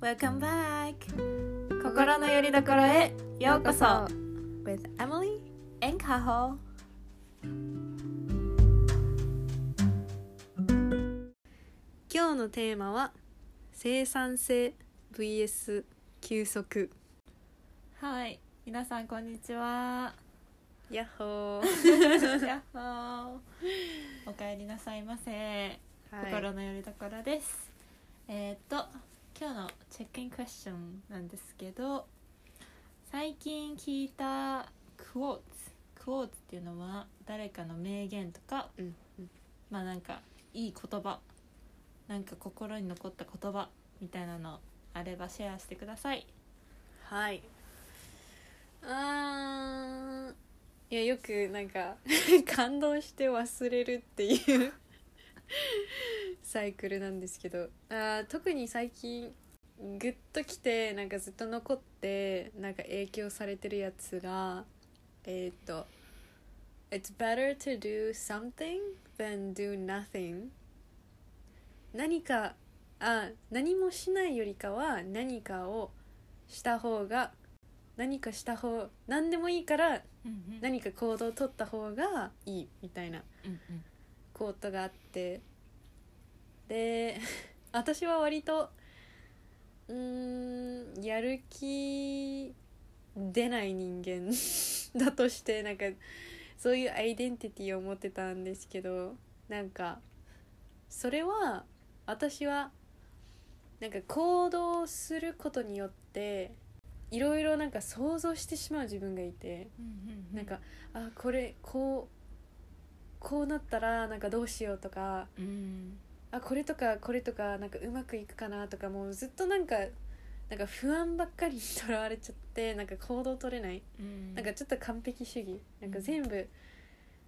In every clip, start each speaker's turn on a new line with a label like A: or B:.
A: Welcome back 心のよりどころへようこそ
B: With Emily
A: エンカホ
B: 今日のテーマは生産性 VS 休息
A: はい皆さんこんにち は
B: やっ ほー、
A: やっほーおかえりなさいませ、
B: は
A: 心
B: い、
A: のよりどころですえーっと今日のチェックインクエスチョンなんですけど最近聞いたクォーツクォーツっていうのは誰かの名言とか
B: うんうん
A: まあなんかいい言葉なんか心に残った言葉みたいなのあればシェアしてください
B: はい、うーんいやよくなんか 感動して忘れるっていう サイクルなんですけどあー特に最近グッときてなんかずっと残ってなんか影響されてるやつがえーっと「It's better to do something than do nothing」何かあ何もしないよりかは何かをした方が何かした方何でもいいから何か行動を取った方がいいみたいな
A: うん
B: コートがあってで 私は割とうーんやる気出ない人間 だとしてなんかそういうアイデンティティを持ってたんですけどなんかそれは私はなんか行動することによっていろいろなんか想像してしまう自分がいて。
A: うん
B: なんかあこれこうこうなったらなんかどうしようとか
A: うん
B: あこれとかこれとかなんかうまくいくかなとかもうずっとなんかなんか不安ばっかりにとらわれちゃってなんか行動取れない
A: うん
B: なんかちょっと完璧主義なんか全部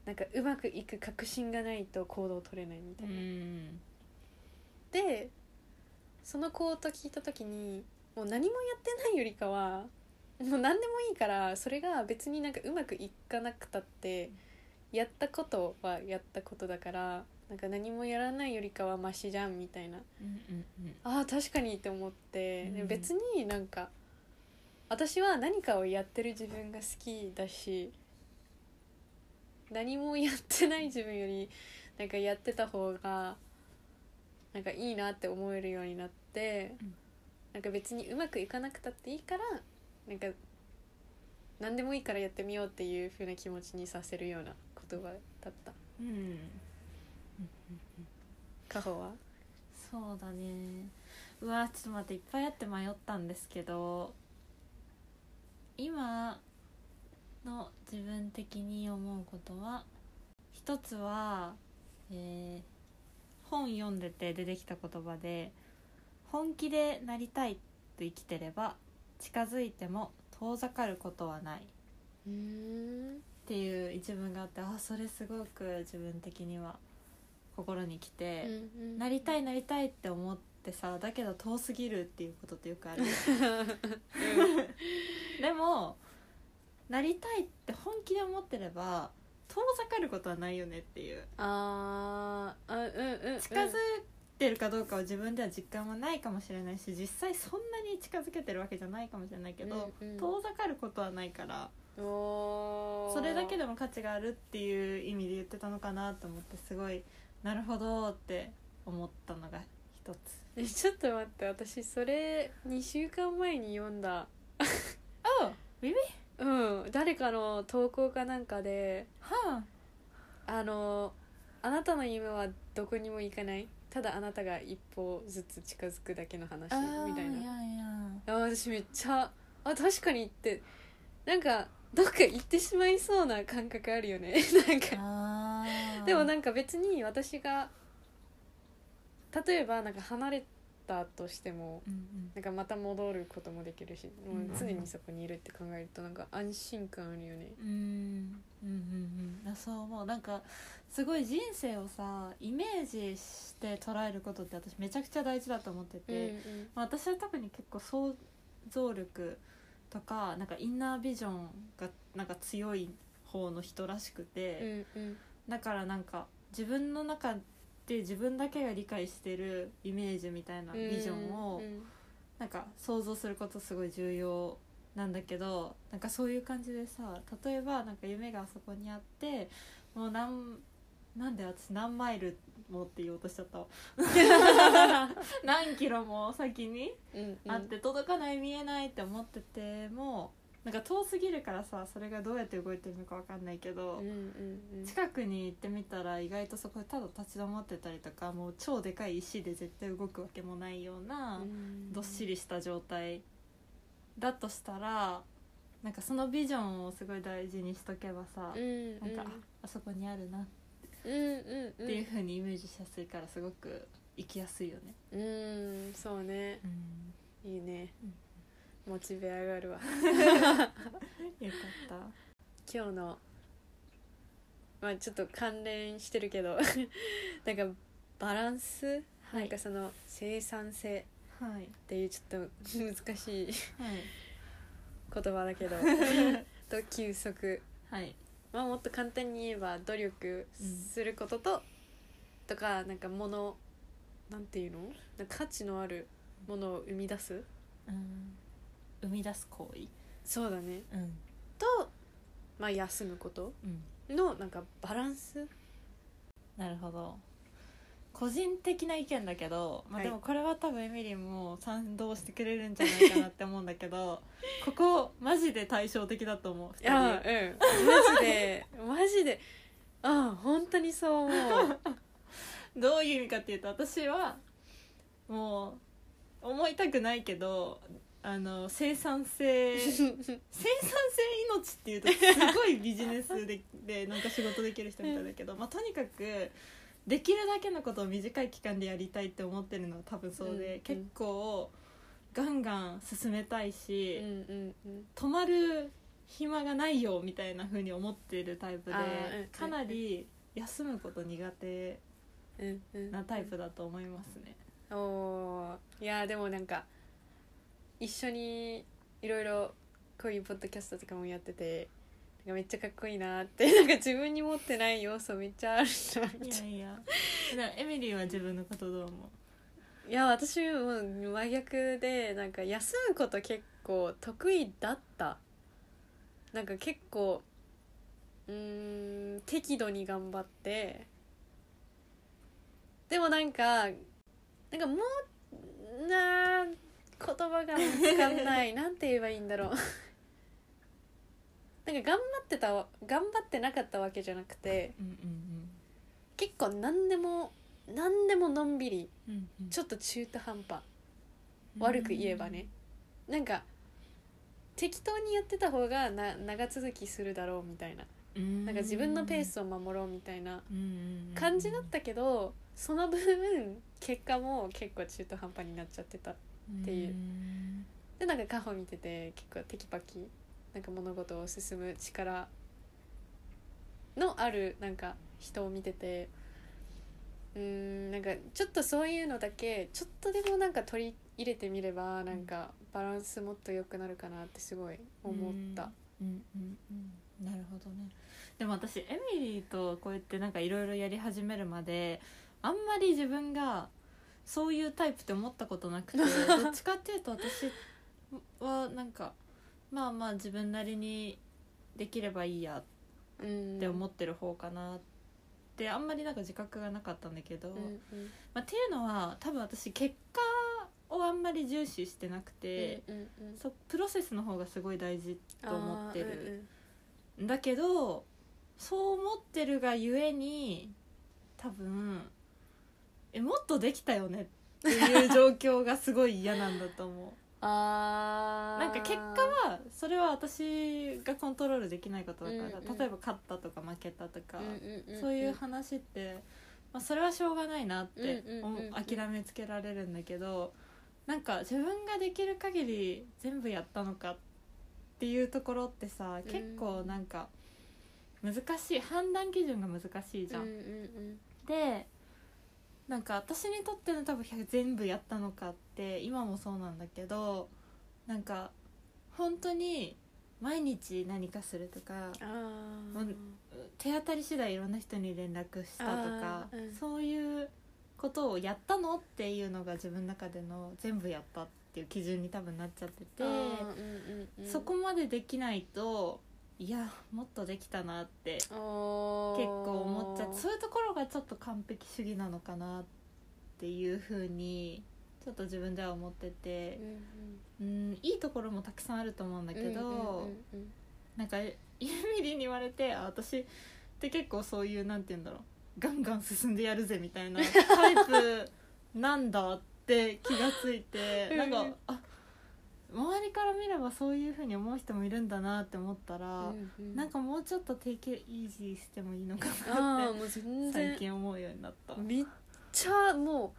B: なんかうまくいく確信がないと行動取れないみた
A: う
B: いな。
A: ん
B: でそのコート聞いた時にもう何もやってないよりかはもう何でもいいからそれが別になんかうまくいかなくたってやったことはやったことだからなんか何もやらないよりかはマシじゃんみたいな
A: うんうんうん
B: あー確かにって思って、で
A: うん
B: 別になんか私は何かをやってる自分が好きだし何もやってない自分よりなんかやってた方がなんかいいなって思えるようになって、
A: うん
B: なんか別にうまくいかなくたっていいからなんか何でもいいからやってみようっていう風な気持ちにさせるような言葉だった。
A: うんうん
B: カホは
A: そうだねうわちょっと待っていっぱいあって迷ったんですけど今の自分的に思うことは一つは、えー本読んでて出てきた言葉で「本気でなりたいと生きてれば近づいても遠ざかることはない」
B: うん
A: っていう一文があってあそれすごく自分的には心にきて。なりたいなりたいって思ってさだけど遠すぎるっていうことってよくあるでもなりたいって本気で思ってれば遠ざかることはないよねっていう
B: あーあうんうん
A: 近づいてるかどうかは自分では実感はないかもしれないし実際そんなに近づけてるわけじゃないかもしれないけど、
B: うんうん
A: 遠ざかることはないから
B: うんおー
A: それだけでも価値があるっていう意味で言ってたのかなと思ってすごいなるほどって思ったのが一つ。
B: えちょっと待って私それ2週間前に読んだうん誰かの投稿かなんかで
A: はあ
B: あのあなたの夢はどこにも行かないただあなたが一歩ずつ近づくだけの話みたいな あー私めっちゃあ確かにってなんかどっか行ってしまいそうな感覚あるよね なんかでもなんか別に私が例えばなんか離れたとしても
A: うん
B: なんかまた戻ることもできるしもう常にそこにいるって考えるとなんか安心感あるよね。
A: うんうんうんうんあそう思うなんかすごい人生をさイメージして捉えることって私めちゃくちゃ大事だと思ってて、
B: うん
A: まあ、私は特に結構想像力とかなんかインナービジョンがなんか強い方の人らしくて、
B: うんうん
A: だからなんか自分の中で自分だけが理解してるイメージみたいなビジョンを、
B: うん
A: なんか想像することすごい重要なんだけどなんかそういう感じでさ例えばなんか夢があそこにあってもうなんなんで私何マイルもって言おうとしちゃった わ何キロも先に
B: うんうん
A: あって届かない見えないって思っててもなんか遠すぎるからさそれがどうやって動いてるのか分かんないけ
B: うん
A: ど
B: う、んうん
A: 近くに行ってみたら意外とそこでただ立ち止まってたりとかもう超でかい石で絶対動くわけもないような、
B: うん
A: どっしりした状態だとしたらなんかそのビジョンをすごい大事にしとけばさ、
B: うんうん
A: なんかああそこにあるな
B: うんうん
A: っていう風にイメージしやすいからすごく行きやすいよね。
B: うんうんそうねいいねモチベ上がるわ
A: よかった。
B: 今日のまあちょっと関連してるけど なんかバランス
A: は
B: なん
A: い
B: かその生産性
A: はい
B: っていうちょっと難しい
A: はい
B: 言葉だけどと休息
A: はい
B: まあもっと簡単に言えば努力することと、とかなんかものなんていうのなんか価値のあるものを生み出す
A: うん生み出す行為。
B: そうだね
A: うん
B: とまあ休むこと
A: うん
B: のなんかバランス
A: なるほど個人的な意見だけど、ま
B: は
A: あ、
B: い
A: でもこれは多分エミリンも賛同してくれるんじゃないかなって思うんだけど ここマジで対照的だと思う
B: い
A: 二人
B: やうんマジでマジであ本当にそう思う
A: どういう意味かっていうと私はもう思いたくないけどあの生産性生産性命っていうとすごいビジネス ででなんか仕事できる人みたいだけど、まあ、とにかくできるだけのことを短い期間でやりたいって思ってるのは多分そう
B: うん
A: で、
B: うん
A: 結構ガンガン進めたいし
B: う、んうんうん
A: 止まる暇がないよみたいな風に思ってるタイプで
B: あーうん
A: かなり休むこと苦手
B: うんうん
A: なタイプだと思いますね。
B: おーいやーでもなんか一緒にいろいろこういうポッドキャストとかもやっててなんかめっちゃかっこいいなーってなんか自分に持ってない要素めっちゃあるなみ
A: い
B: たい
A: や
B: ない
A: や。 でもエミリーは自分のことどう思
B: いや私もう真逆でなんか休むこと結構得意だったなんか結構うーん適度に頑張ってでもなんかなんかもうなー言葉が見つかんないなんて言えばいいんだろう なんか頑張ってたわ頑張ってなかったわけじゃなくて
A: う？うん
B: 結構何でも何でものんびり
A: うんうん。
B: ちょっと中途半端悪く言えばね。なんか適当にやってた方がな長続きするだろうみたいな
A: な
B: なんか自分のペースを守ろうみたいな感じだっ
A: った
B: けどその分結果も結構中途半端になっちゃってたていうでなんかカホ見てて結構テキパキなんか物事を進む力のあるなんか人を見ててうーんなんかちょっとそういうのだけちょっとでもなんか取り入れてみればなんかバランスもっと良くなるかなってすごい思った。。
A: うんうんうん。なるほどね。でも私エミリーとこうやってなんかいろいろやり始めるまで、あんまり自分がそういうタイプって思ったことなく て、どっちかっていうと私はなんかまあまあ自分なりにできればいいや
B: うん
A: って思ってる方かなってあんまりなんか自覚がなかったんだけど、
B: うんうん
A: まあ、っていうのは多分私結果をあんまり重視してなくて、
B: うんうんうん
A: そうプロセスの方がすごい大事と思ってる
B: る
A: んだけどそう思ってるがゆえに多分えもっとできたよねって いう状況がすごい嫌なんだと思う。
B: あー
A: なんか結果はそれは私がコントロールできないことだから、
B: うんうん
A: 例えば勝ったとか負けたとか、
B: んんん
A: そういう話って、まあ、それはしょうがないなって
B: うんうん
A: お
B: うんうん
A: 諦めつけられるんだけどなんか自分ができる限り全部やったのかっていうところってさ
B: うん
A: 結構なんか難しい判断基準が難しいじゃん。
B: うんうん
A: でなんか私にとっての多分100全部やったのかって今もそうなんだけどなんか本当に毎日何かするとか
B: うん
A: も
B: あ
A: う
B: ー
A: 手当たり次第いろんな人に連絡したとか
B: あ、ーうん
A: そういうことをやったのっていうのが自分の中での全部やったっっていう基準に多分なっちゃってて、
B: あーうんうんうん
A: そこまでできないといやもっとできたなって
B: 結
A: 結構
B: 構
A: 思っちゃうそういうところがちょっと完璧主義なのかなっていうふうにちょっと自分では思ってて
B: うんうん
A: うんいいところもたくさんあると思うんだけど、
B: うんうんうん
A: なんかゆみりんに言われてあ私って結構そういうなんて言うんだろうガンガン進んでやるぜみたい なタイプなんだって気がついて
B: うん
A: なんかあ周りから見ればそういうふうに思う人もいるんだなって思ったら、
B: うんうん
A: なんかもうちょっと定型イージーしてもいいのかなっ
B: ああもう
A: て
B: 全
A: 最
B: 然
A: 近思うようになった。
B: めっちゃも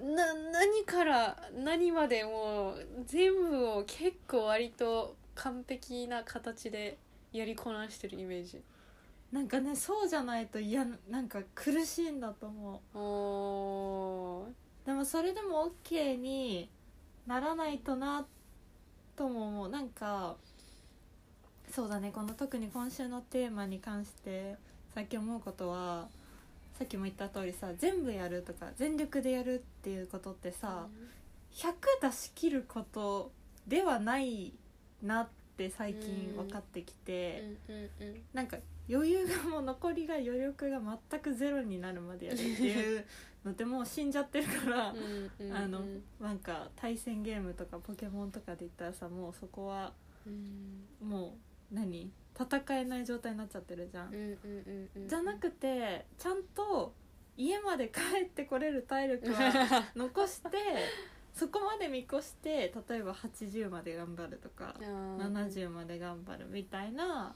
B: うな何から何までもう全部を結構割と完璧な形でやりこなしてるイメージ
A: なんかねそうじゃないといやなんか苦しいんだと思う。
B: おー
A: でもそれでも OK にならないとなとも思うなんかそうだねこの特に今週のテーマに関して最近思うことはさっきも言った通りさ全部やるとか全力でやるっていうことってさ100出し切ることではないなって最近分かってき
B: うん
A: て
B: うんうん
A: なんか余裕がもう残りが余力が全くゼロになるまでやるっていうのってもう死んじゃってる から。
B: うんうんうん
A: あのなんか対戦ゲームとかポケモンとかで言ったらさもうそこは
B: うん
A: もう何戦えない状態になっちゃってるじゃん、
B: うんうんうんうん
A: じゃなくてちゃんと家まで帰ってこれる体力は残 してそこまで見越して例えば80まで頑張るとか
B: あー
A: 70まで頑張るみたいな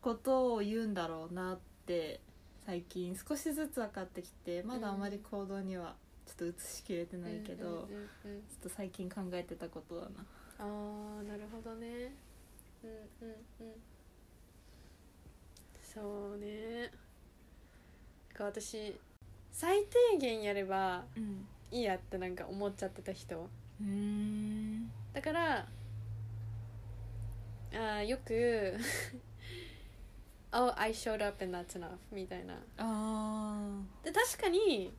A: ことを言うんだろうなって最近少しずつ分かってきてまだあまり行動にはちょっと移しきれてないけど。
B: うんうんうんうん
A: ちょっと最近考えてたことだな
B: ああなるほどねうんうんうんそうねなんか私最低限やれば
A: うん
B: いいやってなんか思っちゃってた人
A: うん
B: だからあーよく Oh, I showed up and that's enough みたいな
A: あ
B: で確かに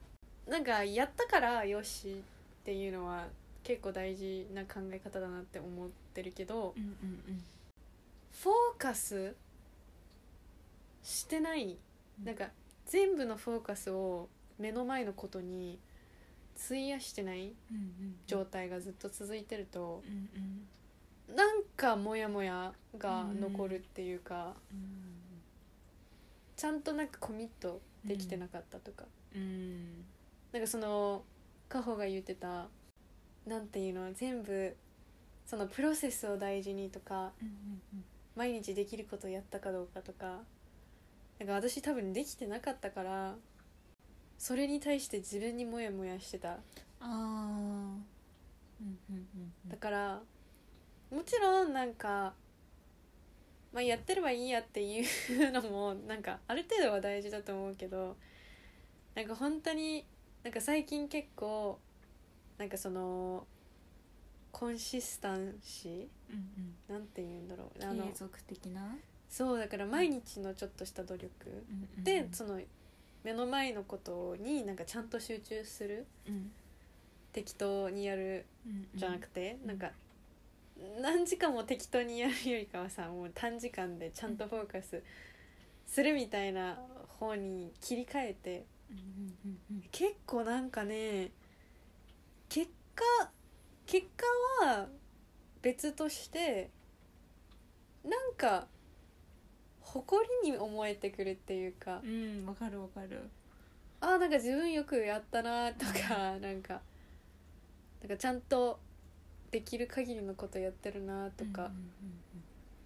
B: なんかやったからよしっていうのは結構大事な考え方だなって思ってるけど、
A: ーうんうん
B: フォーカスしてない
A: うん
B: なんか全部のフォーカスを目の前のことに費やしてない
A: うんうん
B: 状態がずっと続いてると
A: うんうん
B: なんかモヤモヤが残るっていうかちゃんとなんかコミットできてなかったとか
A: うん
B: なんかそのカホが言ってたなんていうの全部そのプロセスを大事にとか
A: うん
B: 毎日できることをやったかどうかとかなんか私多分できてなかったからそれに対して自分にモヤモヤしてた
A: ああうんうんうん
B: だからもちろんなんか、まあ、やってればいいやっていうのもなんかある程度は大事だと思うけどなんか本当になんか最近結構なんかそのコンシスタンシ
A: うん
B: ーなんて言うんだろうあ
A: うん
B: の
A: 継続的な
B: そうだから毎日のちょっとした努力、でその目の前のことになんかちゃんと集中する適当にやるじゃなく
A: て
B: て、
A: うん
B: なんか何時間も適当にやるよりかはさもう短時間でちゃんとフォーカスするみたいな方に切り替えて結構なんかね結果結果は別としてなんか誇りに思えてくるっていうか。
A: うんわかるわかる
B: あーなんか自分よくやったなとか なんかなんかちゃんとできる限りのことやってるなとか、だ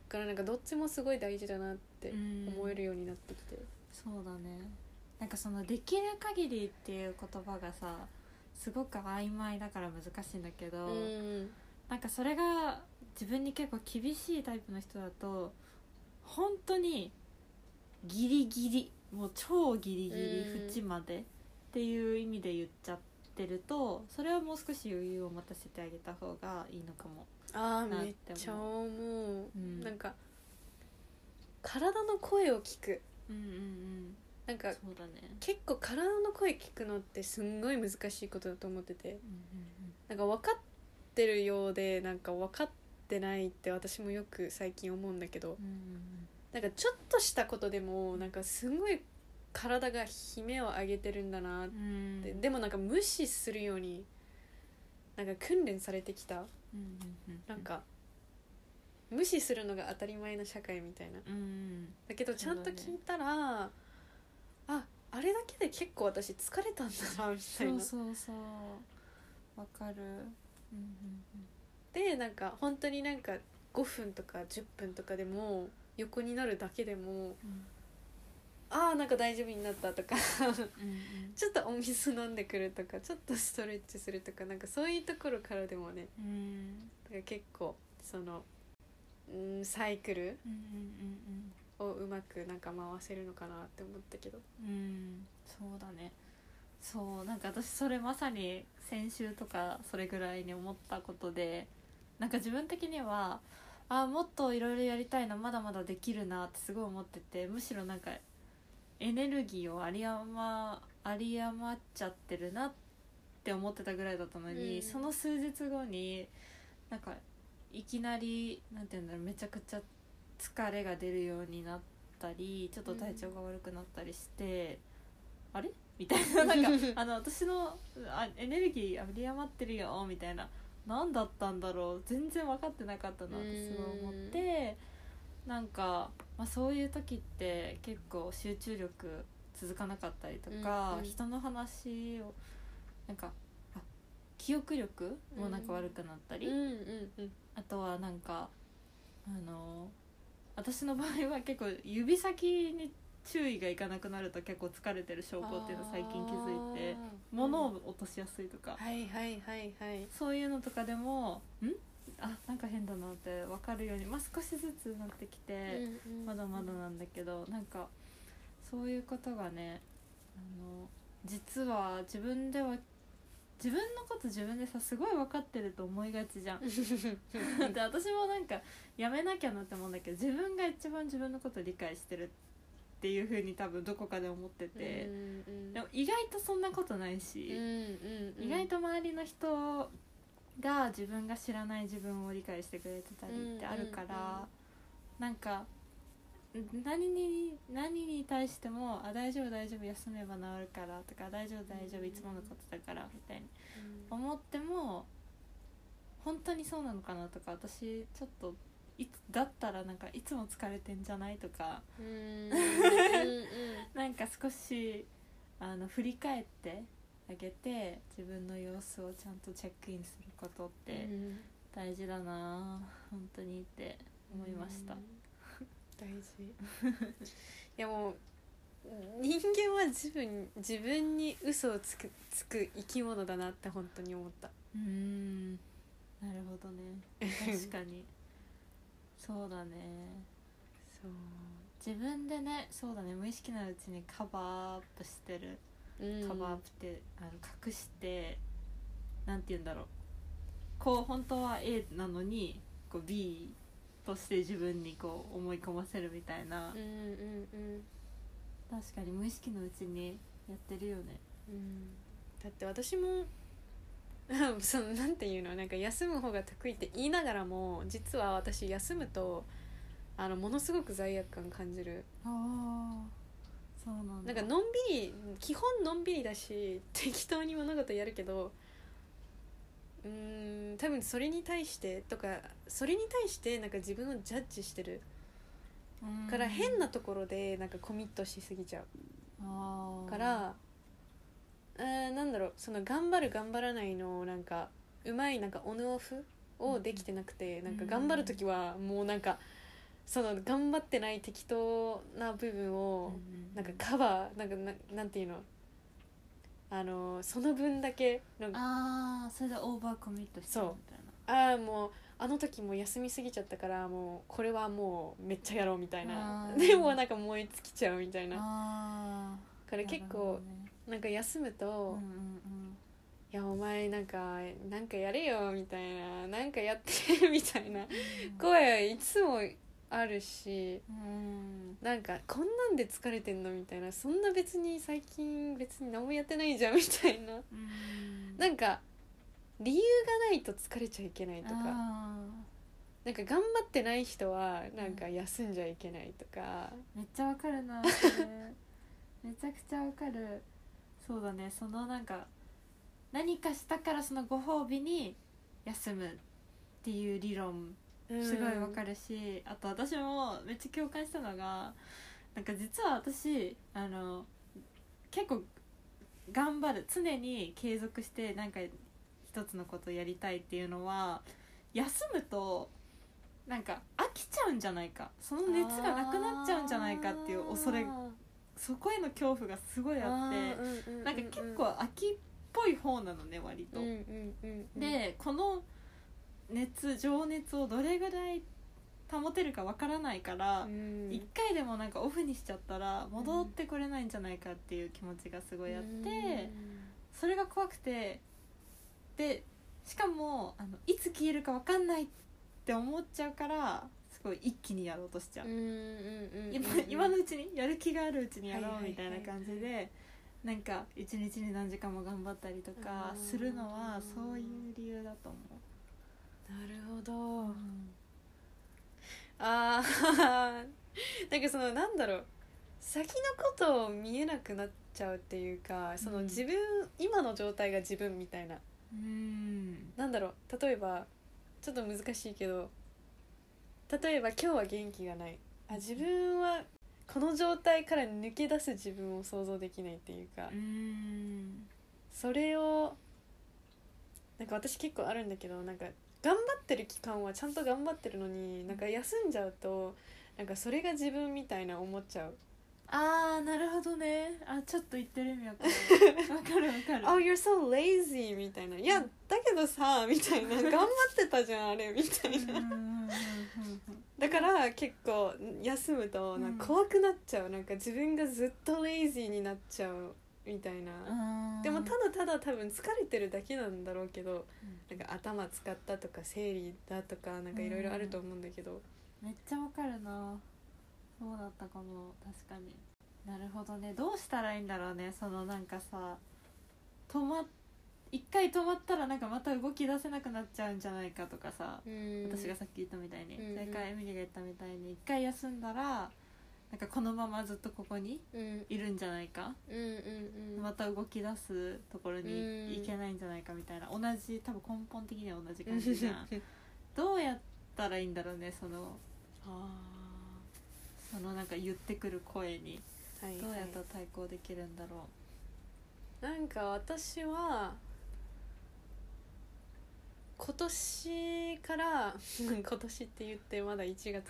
B: からなんかどっちもすごい大事だなって思えるようになってきて、
A: そうだねなんかその「できる限り」っていう言葉がさすごく曖昧だから難しいんだけ
B: う
A: ど、
B: ん、うん
A: なんかそれが自分に結構厳しいタイプの人だと本当にギリギリもう超ギリギ
B: うん
A: リ縁までっていう意味で言っちゃってるとそれはもう少し余裕を持たせてあげた方がいいのかも。
B: あ
A: な
B: ー
A: っ
B: めっ
A: 思
B: て
A: う
B: ちゃ思う、
A: うん
B: なんか体の声を聞く
A: うんうんうん、
B: なん
A: そ
B: か
A: うだね、
B: 結構体の声聞くのってすんごい難しいことだと思ってて
A: うん
B: なんか分かっってるようでなんか分かってないって私もよく最近思うんだけど
A: うん
B: なんかちょっとしたことでもなんかすごい体が悲鳴を上げてるんだなっ
A: う
B: て、
A: んうん
B: でもなんか無視するようになんか訓練されてきた
A: うんうん
B: なんか無視するのが当たり前の社会みたいな
A: うん
B: だけどちゃんと聞いたら、ああれだけで結構私疲れたんだなみた
A: そ
B: いな
A: うそうそうわかるうん
B: でなんか本当になんか5分とか10分とかでも横になるだけでも
A: うんうん
B: ああなんか大丈夫になったとか
A: うんうん
B: ちょっとお水飲んでくるとかちょっとストレッチするとかなんかそういうところからでもね
A: うんうん
B: だから結構そのうんサイクル
A: うんうん
B: をうまくなんか回せるのかなって思ったけど
A: うんうんそうだねそうなんか私それまさに先週とかそれぐらいに思ったことでなんか自分的にはあーもっといろいろやりたいなまだまだできるなってすごい思っててむしろなんかエネルギーを有り余有り余っちゃってるなって思ってたぐらいだったのに、
B: うん
A: その数日後になんかいきなりなんていうんだろうめちゃくちゃ疲れが出るようになったりちょっと体調が悪くなったりして、あれみたいな なんかあの私のあエネルギー有り余ってるよみたいな何だったんだろう全然分かってなかったなってすごい思って、なんか、まあ、そういう時って結構集中力続かなかったりとか、
B: うんうん
A: 人の話をなんかあ記憶力もなんか悪くなったり、
B: うんうんうん
A: あとはなんかあの私の場合は結構指先に注意がいかなくなると結構疲れてる証拠っていうのを最近気づいて
B: あー
A: 物を落としやすいとか、
B: はいはいはいはい
A: そういうのとかでもんあなんか変だなって分かるように、まあ、少しずつなってきて、
B: うんうん
A: まだま だなんだけどなんかそういうことがねあの実は自分では自分のこと自分でさすごい分かってると思いがちじゃん。で私もなんかやめなきゃなって思うんだけど自分が一番自分のことを理解してるっていうふうに多分どこかで思ってて、
B: うんうん
A: でも意外とそんなことない
B: うん
A: し、
B: うんうん
A: 意外と周りの人が自分が知らない自分を理解してくれてたりってあるから、
B: うんうんうん
A: なんかん何に何に対しても「あ大丈夫大丈夫休めば治るから」とか「大丈夫大丈夫いつものことだから」みたいな。
B: うん
A: 思っても本当にそうなのかなとか私ちょっといつだったらなんかいつも疲れてんじゃないとか
B: うん うん
A: なんか少しあの振り返ってあげて自分の様子をちゃんとチェックインすることっ
B: う
A: て
B: ん
A: 大事だなあ本当にって思いました
B: うん大事いやもう人間は自分自分に嘘をつくつく生き物だなって本当に思った
A: うーんなるほどね確かに そうだね
B: そう
A: 自分でねそうだね無意識なうちにカバーアップしてるカバーアップって、あの隠してなんて言うんだろうこう本当は A なのにこう B として自分にこう思い込ませるみたいな
B: うん、うんうん
A: 確かに無意識のうちにやってるよね
B: うんだって私も そのなんていうのなんか休む方が得意って言いながらも実は私休むとあのものすごく罪悪感感じる
A: ああそうなん
B: な
A: だ
B: んかのんびり基本のんびりだし適当に物事やるけどうーん多分それに対してとかそれに対してなんか自分をジャッジしてる
A: うん
B: から変なところでなんかコミットしすぎちゃ
A: あ
B: う
A: ー
B: からうーんなんだろうその頑張る頑張らないのなんかうまいなんかオンオフをできてなくてなんか頑張る時はもうなんかその頑張ってない適当な部分
A: う
B: を
A: ん
B: なんかカバーなんかななんていうのあのその分だけの
A: ああそれでオーバーコミットしてるみたいな
B: ああもうあの時も休みすぎちゃったからもうこれはもうめっちゃやろうみたいな
A: あー
B: でもなんか燃え尽きちゃうみたいな
A: ああ
B: から結構なんか休む
A: うんう
B: と
A: んうん
B: 「いやお前なんかなんかやれよ」みたいな「なんかやって」みたいな声いつもあるし
A: うん
B: なんかこんなんで疲れてんのみたいなそんな別に最近別に何もやってないじゃんみたいな
A: うん
B: なんか理由がないと疲れちゃいけないとか
A: あ
B: なんか頑張ってない人はなんか休んじゃいけないとか、
A: ーめっちゃわかるなそれめちゃくちゃわかるそうだねそのなんか何かしたからそのご褒美に休むっていう理論すごいわか
B: る
A: るし、あと私もめっちゃ共感したのがなんか実は私あの結構頑張る常に継続してなんか一つのことをやりたいっていうのは休むとなんか飽きちゃうんじゃないかその熱がなくなっちゃうんじゃないかっていう恐れそこへの恐怖がすごいあって
B: て
A: なんか結構飽きっぽい方なのね割と。でこの熱情熱をどれぐらい保てるかわからないから、一回でもなんかオフにしちゃったら戻ってこれないんじゃないかっていう気持ちがすごいあって、それが怖くてでしかもあのいつ消えるかわかんないって思っちゃうからすごい一気にやろうとしちゃう。今今のうちにやる気があるうちにやろ
B: は
A: う
B: いはい
A: みたいな感じで、なんか一日に何時間も頑張ったりとか
B: あー
A: するのはそういう理由だと思
B: なるほ
A: う、
B: どあー なんかそのなんだろう先のことを見えなくなっちゃうっていうかその
A: うん
B: 自分、今の状態が自分みたいな
A: うん
B: なんだろう例えばちょっと難しいけど例えば今日は元気がないあ自分はこの状態から抜け出す自分を想像できないっていうか
A: うん
B: それをなんか私結構あるんだけどなんか頑張ってる期間はちゃんと頑張ってるのになんか休んじゃうとなんかそれが自分みたいな思っちゃう
A: ああなるほどねあちょっと言ってる意味わかるわかるわか
B: 「
A: る
B: Oh you're so lazy」みたいな「いやだけどさ」みたい な「頑張ってたじゃんあれ」みたい
A: うんう
B: なん
A: うんうん
B: だから結構休むとなんか怖くなっちゃうなんか自分がずっとレイジーになっちゃうみたいな
A: うんうん
B: でもただただ多分疲れてるだけなんだろうけどなんか頭使ったとか生理だとかなんかいろいろあると思うんだけど
A: めっちゃわかるなそうだったかも確かになるほどねどうしたらいいんだろうねそのなんかさ止まっ一回止まったらなんかまた動き出せなくなっちゃうんじゃないかとかさ、私
B: 私
A: がさっき言ったみたいに、
B: うんうん
A: それからエミリーが言ったみたいに一回休んだらなんかこのままずっとここに
B: うんうん
A: いるんじゃないか、
B: うんうん
A: また動き出すところ
B: うん
A: に行けないんじゃないかみたいな同じ多分根本的には同じ
B: うん
A: 感じじゃんどうやったらいいんだろうねその
B: あ
A: そのなんか言ってくる声に
B: ーはい
A: どうやっ
B: は
A: たら対抗できるんだろ
B: いなんか私は今年から 今年って言ってまだ1月だ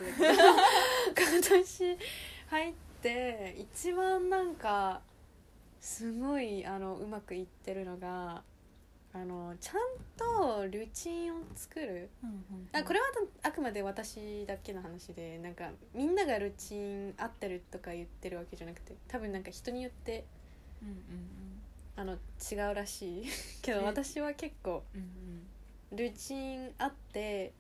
B: けど今年入って一番なんかすごいあのうまくいってるのがあのちゃんとルチンを作る
A: う、
B: あこれ
A: は
B: はあくまで私だけの話でなんかみんながルチン合ってるとか言ってるわけじゃなくて多分なんか人によって
A: うんうん
B: あの違う らしいけど
A: え
B: 私は結構
A: うんうん
B: ルチンあって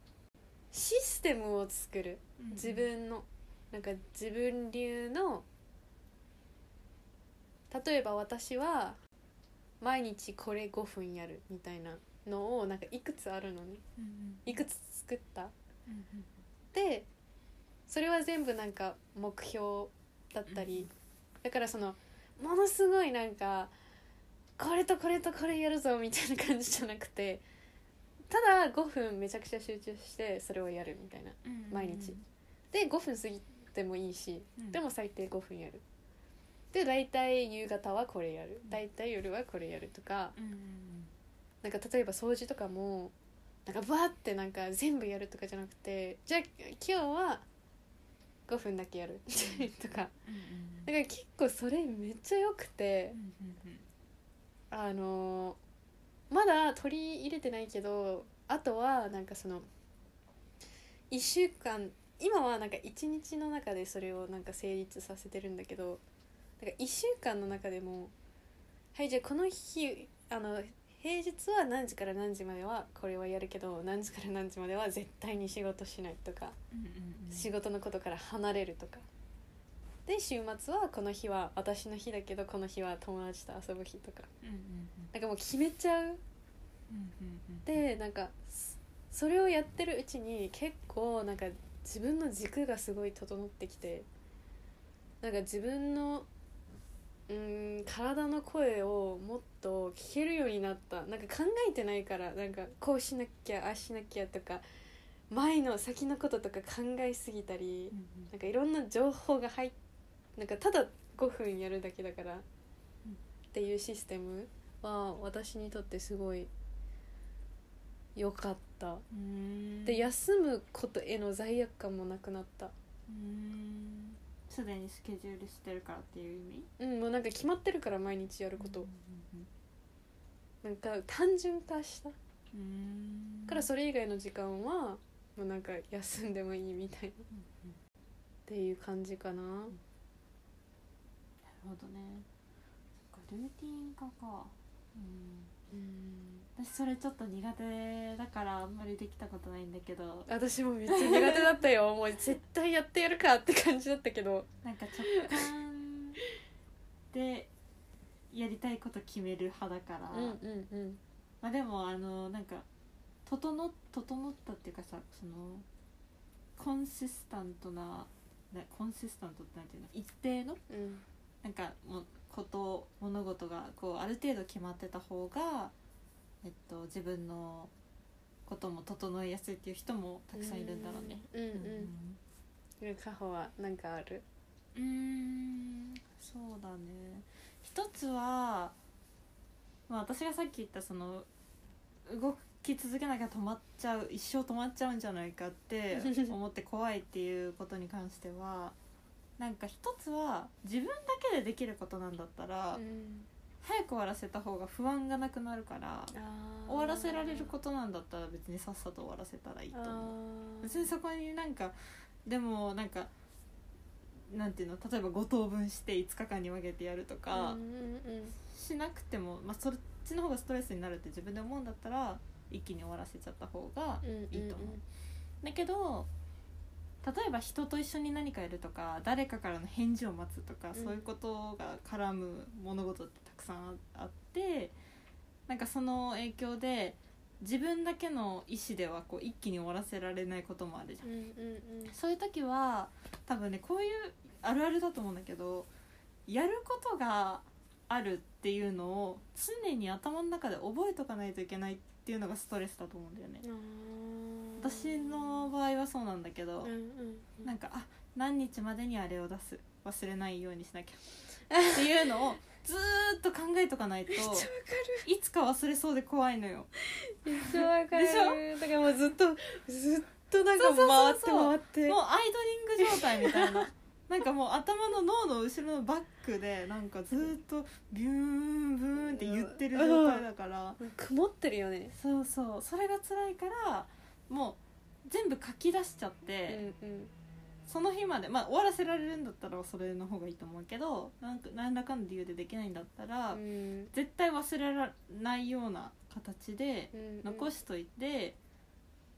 B: システムを作る
A: うん
B: 自分のなんか自分流の例えば私は毎日これ5分やるみたいなのをなんかいくつあるのね
A: うんうん
B: いくつ作った
A: うんうん
B: でそれは全部なんか目標だったり、だからそのものすごいなんかこれとこれとこれやるぞみたいな感じじゃなくてただ5分めちゃくちゃ集中してそれをやるみたいな
A: うんうん
B: 毎日で5分過ぎてもいいし
A: うん
B: でも最低5分やるで大体夕方はこれやる
A: うん
B: 大体夜はこれやるとか
A: うんうん
B: なんか例えば掃除とかもなんかバーってなんか全部やるとかじゃなくてじゃあ今日は5分だけやるとか
A: うん
B: だから結構それめっちゃ良くて
A: うんうん
B: あのまだ取り入れてないけどあとはなんかその1週間今はなんか1日の中でそれをなんか成立させてるんだけどなんか1週間の中でもはいじゃあこの日あの平日は何時から何時まではこれはやるけど何時から何時までは絶対に仕事しないとか
A: うんうん
B: 仕事のことから離れるとかで週末はこの日は私の日だけどこの日は友達と遊ぶ日とか
A: うんうんうん
B: なんかもう決めちゃうでなんかそそれをやってるうちに結構なんか自分の軸がすごい整ってきてなんか自分のうーん体の声をもっと聞けるようになったなんか考えてないからなんかこうしなきゃああしなきゃとか前の先のこととか考えすぎたりなんかいろんな情報が入っなんかただ5分やるだけだから、っていうシステムは私にとってすごい良かった、
A: うん
B: で休むことへの罪悪感もなくなった
A: うんすでにスケジュールしてるからっていう意味
B: うんもうなんか決まってるから毎日やること、
A: うん
B: なんか単純化した
A: うんうん
B: からそれ以外の時間はもうなんか休んでもいいみたいなっていう感じかな
A: なるほどねそっかルーティン化かうん
B: うん
A: 私それちょっと苦手だからあんまりできたことないんだけど
B: 私もめっちゃ苦手だったよもう絶対やってやるかって感じだったけど
A: なんか直感でやりたいこと決める派だから、
B: うんうんうん
A: まあでもあのなんか整っ整ったっていうかさそのコンシスタントななコンシスタントってなんていうの一定の
B: うん
A: なんかもうこと物事がこうある程度決まってた方が、えっと、自分のことも整えやすいっていう人もたくさんいるんだろうね。
B: うん
A: う
B: うんうんカホはなんかある
A: うーんそうだね一つは、まあ、私がさっき言ったその動き続けなきゃ止まっちゃう一生止まっちゃうんじゃないかって 思って怖いっていうことに関してはなんか一つは自分だけでできることなんだったら、
B: うん
A: 早く終わらせた方が不安がなくなるから終わらせられることなんだったら別にさっさと終わらせたらいいと
B: あ
A: 思う。
B: ー
A: 別にそこになんかでもなんかなんていうの例えば5等分して5日間に分けてやるとか、
B: うんうんうん
A: しなくても、まあ、そっちの方がストレスになるって自分で思うんだったら一気に終わらせちゃった方が
B: うんうん
A: いいと思う。だけど例えば人と一緒に何かやるとか誰かからの返事を待つとか、
B: うん
A: そういうことが絡む物事ってたくさんああってなんかその影響で自分だけの意思ではこう一気に終わらせられないこともあるじゃん
B: うんうんうん
A: そういう時は多分ねこういうあるあるだと思うんだけどやることがあるっていうのを常に頭の中で覚えとかないといけないっていうのがストレスだと思うんだよね。
B: あー
A: 私の場合はそうなんだけ
B: う
A: ど
B: ん、うんうん
A: なんかあ何日までにあれを出す忘れないようにしなきゃっていうのをずーっと考えとかないと
B: めっちゃわかる
A: いつか忘れそうで怖いのよ。
B: めっちゃわかる
A: でし
B: だからもうずっとずっとなんか
A: そうそうそ
B: 回っ
A: う
B: て
A: そう
B: 回って
A: もうアイドリング状態みたいななんかもう頭の脳の後ろのバックでなんかずっとビューンブーンって言ってる状態だから
B: 曇ってるよね
A: そうそうそれが辛いからもう全部書き出しちゃって、
B: うんうん
A: その日までまあ終わらせられるんだったらそれの方がいいと思うけどなんか何らかの理由でできないんだったら、
B: うん
A: 絶対忘れられないような形で
B: うん
A: 残しといて、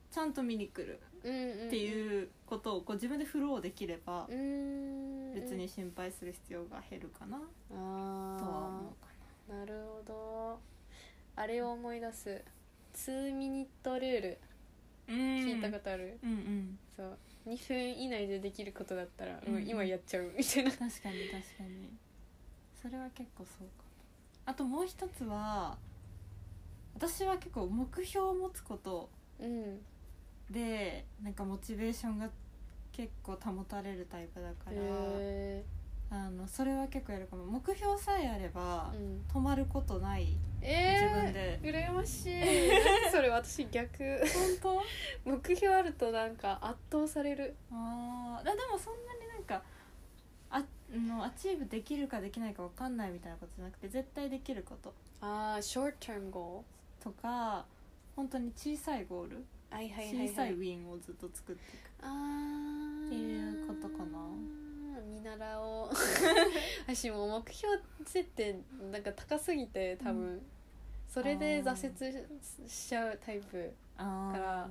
A: ちゃんと見に来るって
B: うん
A: いうことをこう自分でフローできれば
B: うんうん
A: 別に心配する必要が減るかな
B: あ
A: とは思
B: あ
A: うか
B: なるほどあれを思い出す2ミニットルール
A: な聞
B: 聞いたことある、
A: うんうん
B: そう2分以内でできることだったら、
A: うん
B: もう今やっちゃうみたいな
A: 確かに確かにそれは結構そうかもあともう一つは私は結構目標を持つこと
B: うん
A: でなんかモチベーションが結構保たれるタイプだから、
B: へ
A: あのそれは結構やるかも目標さえあれば
B: ー、うん
A: 止まることない
B: え
A: 自
B: ー、
A: 分で
B: 羨まし いそれ私逆
A: 本当
B: 目標あるとなんか圧倒される
A: あーだでもそんなになんかあのアチーブできるかできないか分かんないみたいなことじゃなくて絶対できること
B: ああショート term goal
A: とか本当に小さいゴール、
B: はいはいはい、はい、
A: 小さいウィンをずっと作っていく
B: あー
A: っていうことかな
B: 見習お う私もう目標設定なんか高すぎて多分、
A: う
B: それで
A: あー
B: 挫折ししちゃうタイプ
A: あ
B: からあ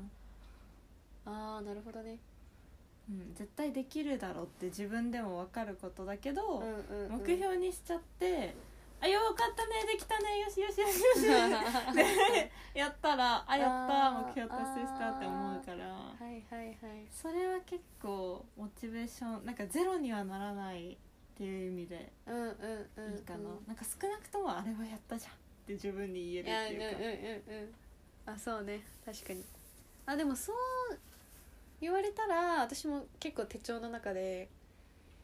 B: あなるほどね
A: うん、絶対できるだろうって自分でも分かることだけ
B: う
A: ど
B: ん、うんうん、
A: 目標にしちゃってあよかったねできたねよしよしよしよし でやったらあやった
B: あー
A: 目標達成したって思うから
B: はいはいはい
A: それは結構モチベーションなんかゼロにはならないっていう意味で
B: うんうん
A: い
B: うん
A: いかな、なんか少なくともあれはやったじゃんって自分に言
B: いや
A: え
B: うん
A: る
B: うん
A: っていうか
B: うんうんあそうね確かにあでもそう言われたら私も結構手帳の中で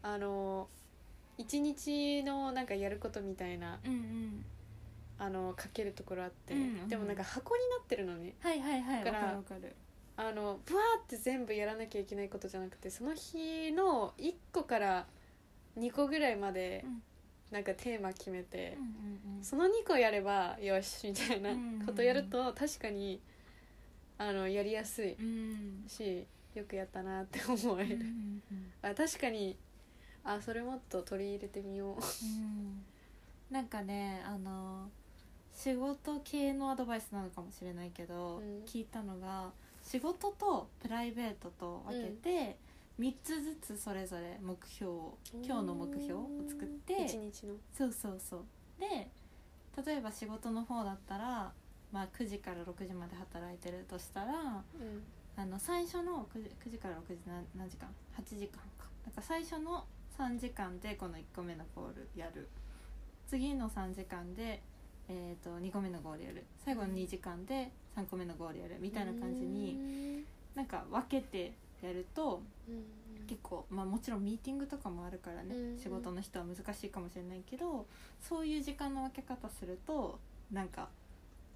B: あの一日のなんかやることみたいな
A: うんうん
B: あの書けるところあって、
A: うんうん
B: でもなんか箱になってるのね
A: はいはいはいわ
B: だか
A: からるわかる
B: あのブワーって全部やらなきゃいけないことじゃなくてその日の1個から2個ぐらいまで
A: うん
B: なんかテーマ決めて、
A: うんうんうん
B: その2個やればよしみたいな
A: うん
B: ことやると確かにあのやりやすい
A: うん
B: しよくやったなって思え
A: うんう
B: る、
A: んうん
B: あ確かにあそれもっと取り入れてみよう
A: うんなんかねあの仕事系のアドバイスなのかもしれないけど、
B: うん
A: 聞いたのが仕事とプライベートと分けて、3つずつそれぞれ目標を今日の目標を作って
B: 一日の
A: そうそうそうで例えば仕事の方だったら、まあ、9時から6時まで働いてるとしたら
B: うん
A: あの最初の 9, 時9時から6時な何時間8時間かなんか最初の3時間でこの1個目のゴールやる次の3時間で、えー、と2個目のゴールやる最後の2時間で3個目のゴールやるみたいな感じになんか分けてやると
B: うん
A: 結構、まあ、もちろんミーティングとかもあるからね、
B: うんうん
A: 仕事の人は難しいかもしれないけどそういう時間の分け方するとなんか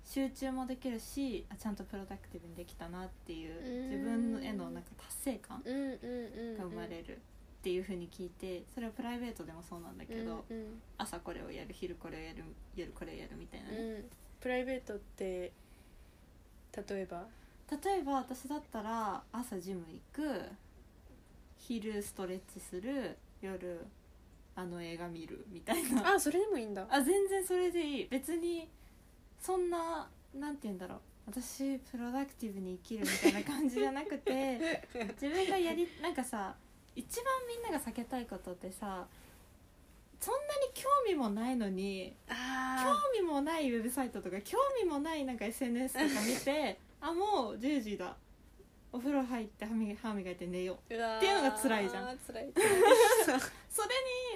A: 集中もできるしあちゃんとプロダクティブにできたなっていう
B: うん
A: 自分へのなんか達成感
B: うんうんうんうん
A: が生まれるっていう風に聞いてそれはプライベートでもそうなんだけど、
B: うんうん
A: 朝これをやる昼これをやる夜これをやるみたいなね、
B: うんプライベートって例えば
A: 例えば私だったら朝ジム行く昼ストレッチする夜あの映画見るみたいな
B: あそれでもいいんだ
A: あ全然それでいい別にそんななんて言うんだろう私プロダクティブに生きるみたいな感じじゃなくて 自分がやりなんかさ一番みんなが避けたいことってさそんなに興味もないのに興
B: あ
A: 味もないウェブサイトとか興味もないなんか SNS とか見 てあもう10時だお風呂入って歯磨歯磨いて寝よう
B: ーうわー
A: っていうのが辛いじゃ
B: 辛い
A: それ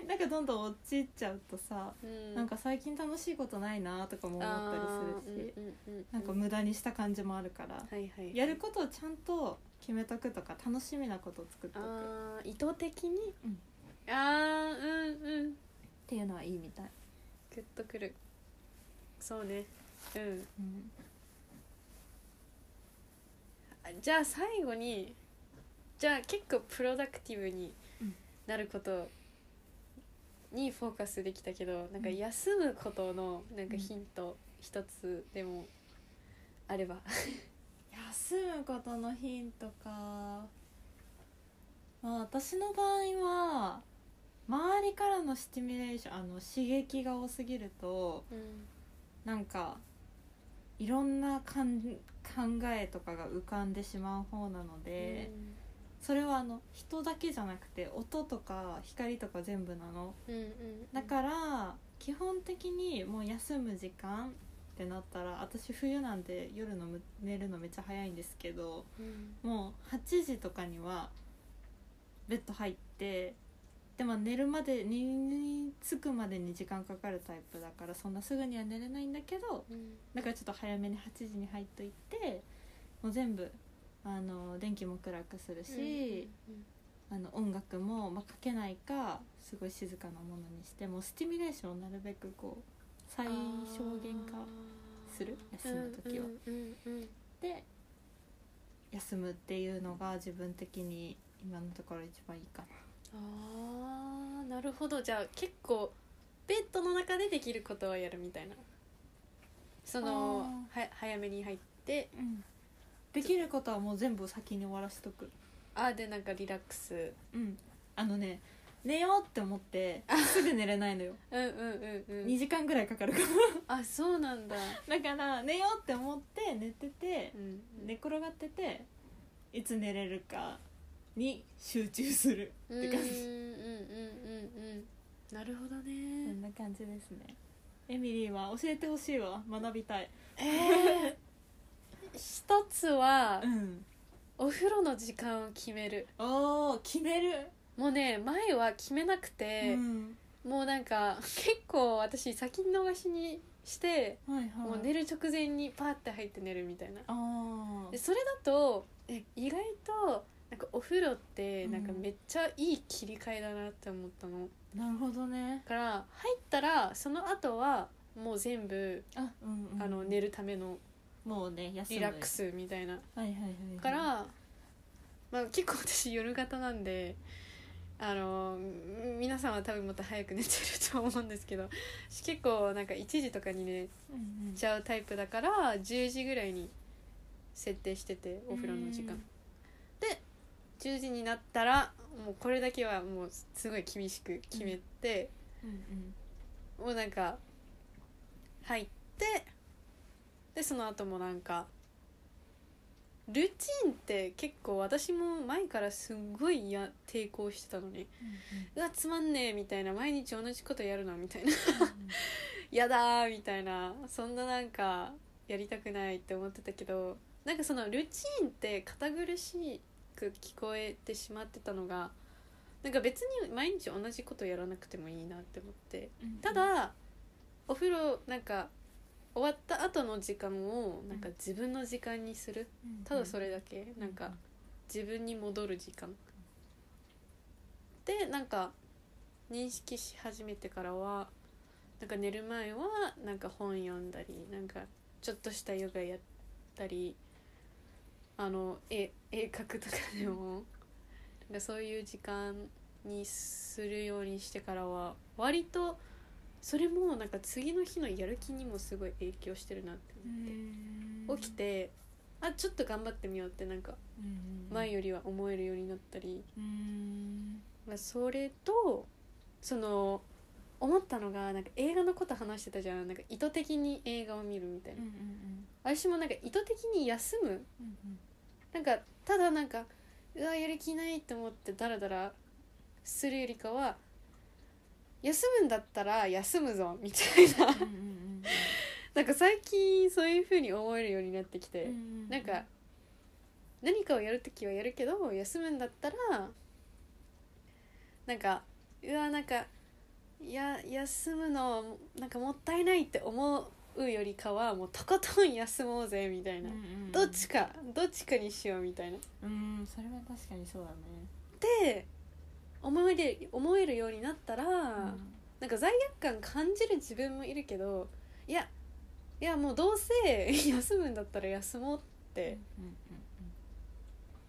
A: になんかどんどん陥っちゃうとさ、
B: うん
A: なんか最近楽しいことないなとかも思ったりするし、
B: あー、うんうんうん、
A: なんか無駄にした感じもあるから、
B: はいはいはい
A: やることをちゃんと決めとくとか楽しみなことを作っとくっ
B: あー意図的に、
A: うん
B: ああうんうん
A: ていうのはいいみたい、
B: グッとくるそうねうん
A: うん
B: あじゃあ最後にじゃあ結構プロダクティブに
A: うん
B: なることにフォーカスできたけどなんか
A: うん
B: 休むことのなんか
A: うん
B: ヒント一つでもあれば
A: 休むことのヒントかまあ私の場合は周りからのシチュミュレーションあの刺激が多すぎると
B: うん
A: なんかいろんなかん考えとかが浮かんでしまう方なので、それはあの人だけじゃなくて音とか光とか全部なの
B: うんうんうん
A: だから基本的にもう休む時間ってなったら私冬なんで夜のむ寝るのめっちゃ早いんですけど、
B: うん
A: もう8時とかにはベッド入ってでも寝るまでにに着くまでに時間かかるタイプだからそんなすぐには寝れないんだけど
B: うん
A: だからちょっと早めに8時に入っといてもう全部あの電気も暗くするし、
B: うん
A: あの音楽も、まあ、かけないかすごい静かなものにしてもうスティミュレーションをなるべくこう最小限化する休む時は
B: うんうんうん
A: で休むっていうのが自分的に今のところ一番いいかな。
B: あーなるほどじゃあ結構ベッドの中でできることはやるみたいなそのは早めに入って
A: うんできることはもう全部先に終わらせとく
B: あーでなんかリラックス
A: うんあのね寝ようって思 ってすぐ寝れないのよ
B: うんうんうんう
A: 2
B: ん
A: 時間ぐらいかかるか
B: あそうな んだ、
A: らだから寝ようって思って寝てて
B: うん
A: 寝転がってていつ寝れるかに集中する
B: うん
A: っ
B: うんうん
A: て
B: うん
A: 感
B: うん
A: じ
B: うんなるほど
A: そ
B: ね
A: んな感じですねエミリーは教えてほしいわ学びたい
B: えー、一つは
A: うん
B: お風呂の時間を決める
A: おー決める、
B: もうね前は決めなくて
A: う、ん、
B: もうなんか結構私先逃しにして、
A: はいはい
B: もう寝る直前にパーって入って寝るみたいな
A: あ
B: でそれだとえ意外となんかお風呂ってなんかめっちゃいい切り替えだなって思ったの、
A: ーなるほどね
B: だから入ったらその後はもう全部、
A: あ、うんうん、
B: あの寝るための
A: もうね休む
B: リラックスみたいなだ
A: はいはいはいはい
B: から、まあ、結構私夜型なんであのみ皆さんは多分もっと早く寝てると思うんですけど私結構なんか1時とかに寝
A: うんうん
B: ちゃうタイプだから10時ぐらいに設定しててお風呂の時間
A: うん
B: で10時になったらもうこれだけはもうすごい厳しく決めて、
A: うんうん
B: もうなんか入ってでその後もなんかルーチンって結構私も前からすんごいや抵抗してたのにうわつまんねえみたいな毎日同じことやるなみたいなやだーみたいなそんななんかやりたくないって思ってたけどなんかそのルーチンって堅苦しく聞こえてしまってたのがなんか別に毎日同じことやらなくてもいいなって思って
A: うん
B: ただお風呂なんか終わった後の時間をなんか
A: うん
B: 自分の時間にするただそれだけなんか自分に戻る時間でなんか認識し始めてからはなんか寝る前はなんか本読んだりなんかちょっとしたヨガやったりあの絵絵描くとかでもなんかそういう時間にするようにしてからは割とそれもなんか次の日のやる気にもすごい影響してるなって
A: う
B: 思っ
A: ん
B: て、起きてあちょっと頑張ってみようってなんか
A: うんうんうん
B: 前よりは思えるようになったり、
A: うん
B: まあ、それとその思ったのがなんか映画のこと話してたじゃんなんか意図的に映画を見るみたい
A: うんう
B: な、
A: ん
B: 私もなんか意図的に休む
A: うんうんうん
B: なんかただなんかうわやる気ないって思ってダラダラするよりかは休むんだったら休むぞみたい な
A: うんうん
B: なんか最近そういう風に思えるようになってきて、
A: うんうん
B: なんか何かをやるときはやるけど休むんだったらなんかうわなんかいや休むのなんかもったいないって思うよりかはもうとことん休もうぜみたいな、どっちかどっちかにしようみたいな。
A: うんそれは確かにそうだね
B: で思える思えるようになったら、なんか罪悪感感じる自分もいるけどいやいやもうどうせ 休むんだったら休もうって。
A: うんうん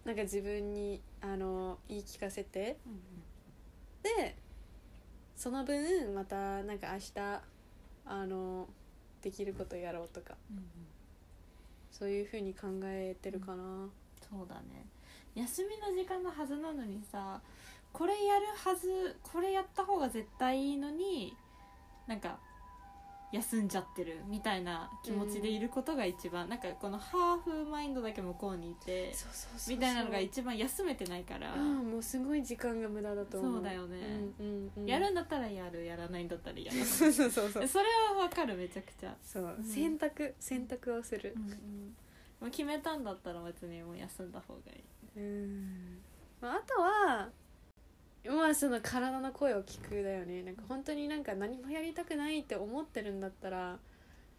B: なんか自分にあの言い聞かせて
A: うん
B: でその分またなんか明日あのできることやろうとか
A: うんうん
B: そういうふうに考えてるかな、
A: そうだね休みの時間のはずなのにさこれやるはずこれやった方が絶対いいのになんか休んじゃってるみたいな気持ちでいることが一番、なんかこのハーフマインドだけ向こうにいて
B: そうそうそう
A: みたいなのが一番休めてないから、
B: ああもうすごい時間が無駄だと思う
A: そうだよね
B: うんうんうん、
A: やるんだったらやるやらないんだったらやら
B: そうそう そうそ
A: な
B: う
A: いそれはわかるめちゃくちゃ、
B: そう、
A: うん
B: 選択選択をする
A: うんもう決めたんだったら別にもう休んだ方がいい
B: うん、まあ、あとはまあその体の声を聞くだよねなんか本当になんか何もやりたくないって思ってるんだったら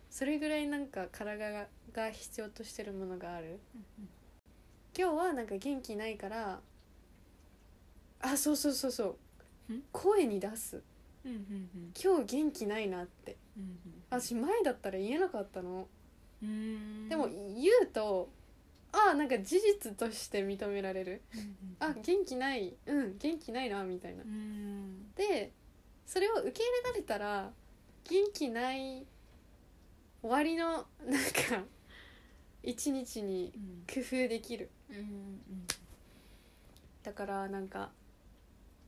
B: それぐらいなんか体がが必要としてるものがある今日はなんか元気ないからあそうそうそうそうん声に出す
A: うんうんうん
B: 今日元気ないなって
A: うん
B: 私前だったら言えなかったの
A: うんうん
B: でも言うとあなんか事実として認められるあ元気ないうん元気ないなみたいな
A: うん
B: でそれを受け入れられたら元気ない終わりのなんか一日に
A: うん
B: 工夫できる
A: うんうん
B: だからなんか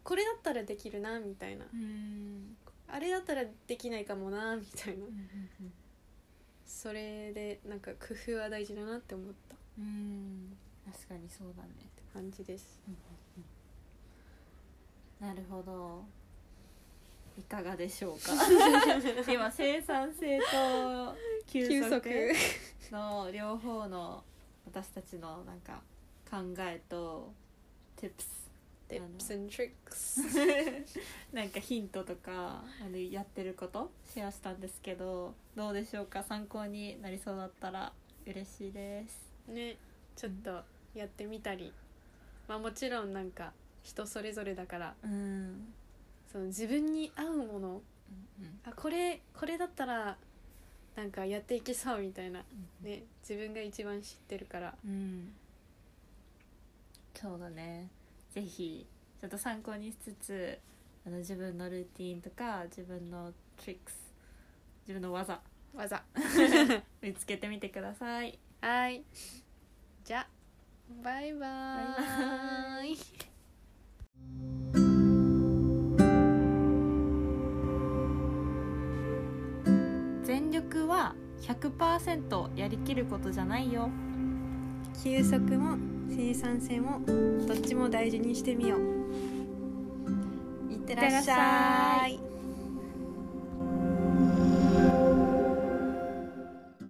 B: これだったらできるなみたいな
A: うん
B: あれだったらできないかもなみたいな
A: うん
B: それでなんか工夫は大事だなって思った
A: うん確かにそうだね
B: 感じです
A: なるほどいかがでしょう か今生産性と休
B: 休
A: 息
B: 息
A: の両方の私たちのなんか考えと tips
B: tips and tricks
A: なんかヒントとかあのやってることシェアしたんですけどどうでしょうか参考になりそうだったら嬉しいです
B: ねちょっとやってみたりまあもちろんなんか人それぞれだから
A: うん、
B: その自分に合うものあこれこれだったらなんかやっていけそうみたいなね自分が一番知ってるから
A: うんそうだねぜひちょっと参考にしつつあの自分のルーティンとか自分の tricks 自分の技
B: 技
A: 見つけてみてください
B: はいじゃあバイバ
A: バイバ
B: ーイ
A: 全力は100%やりきることじゃないよ
B: 休息も生産性もどっちも大事にしてみよういって
A: らっしゃい
B: い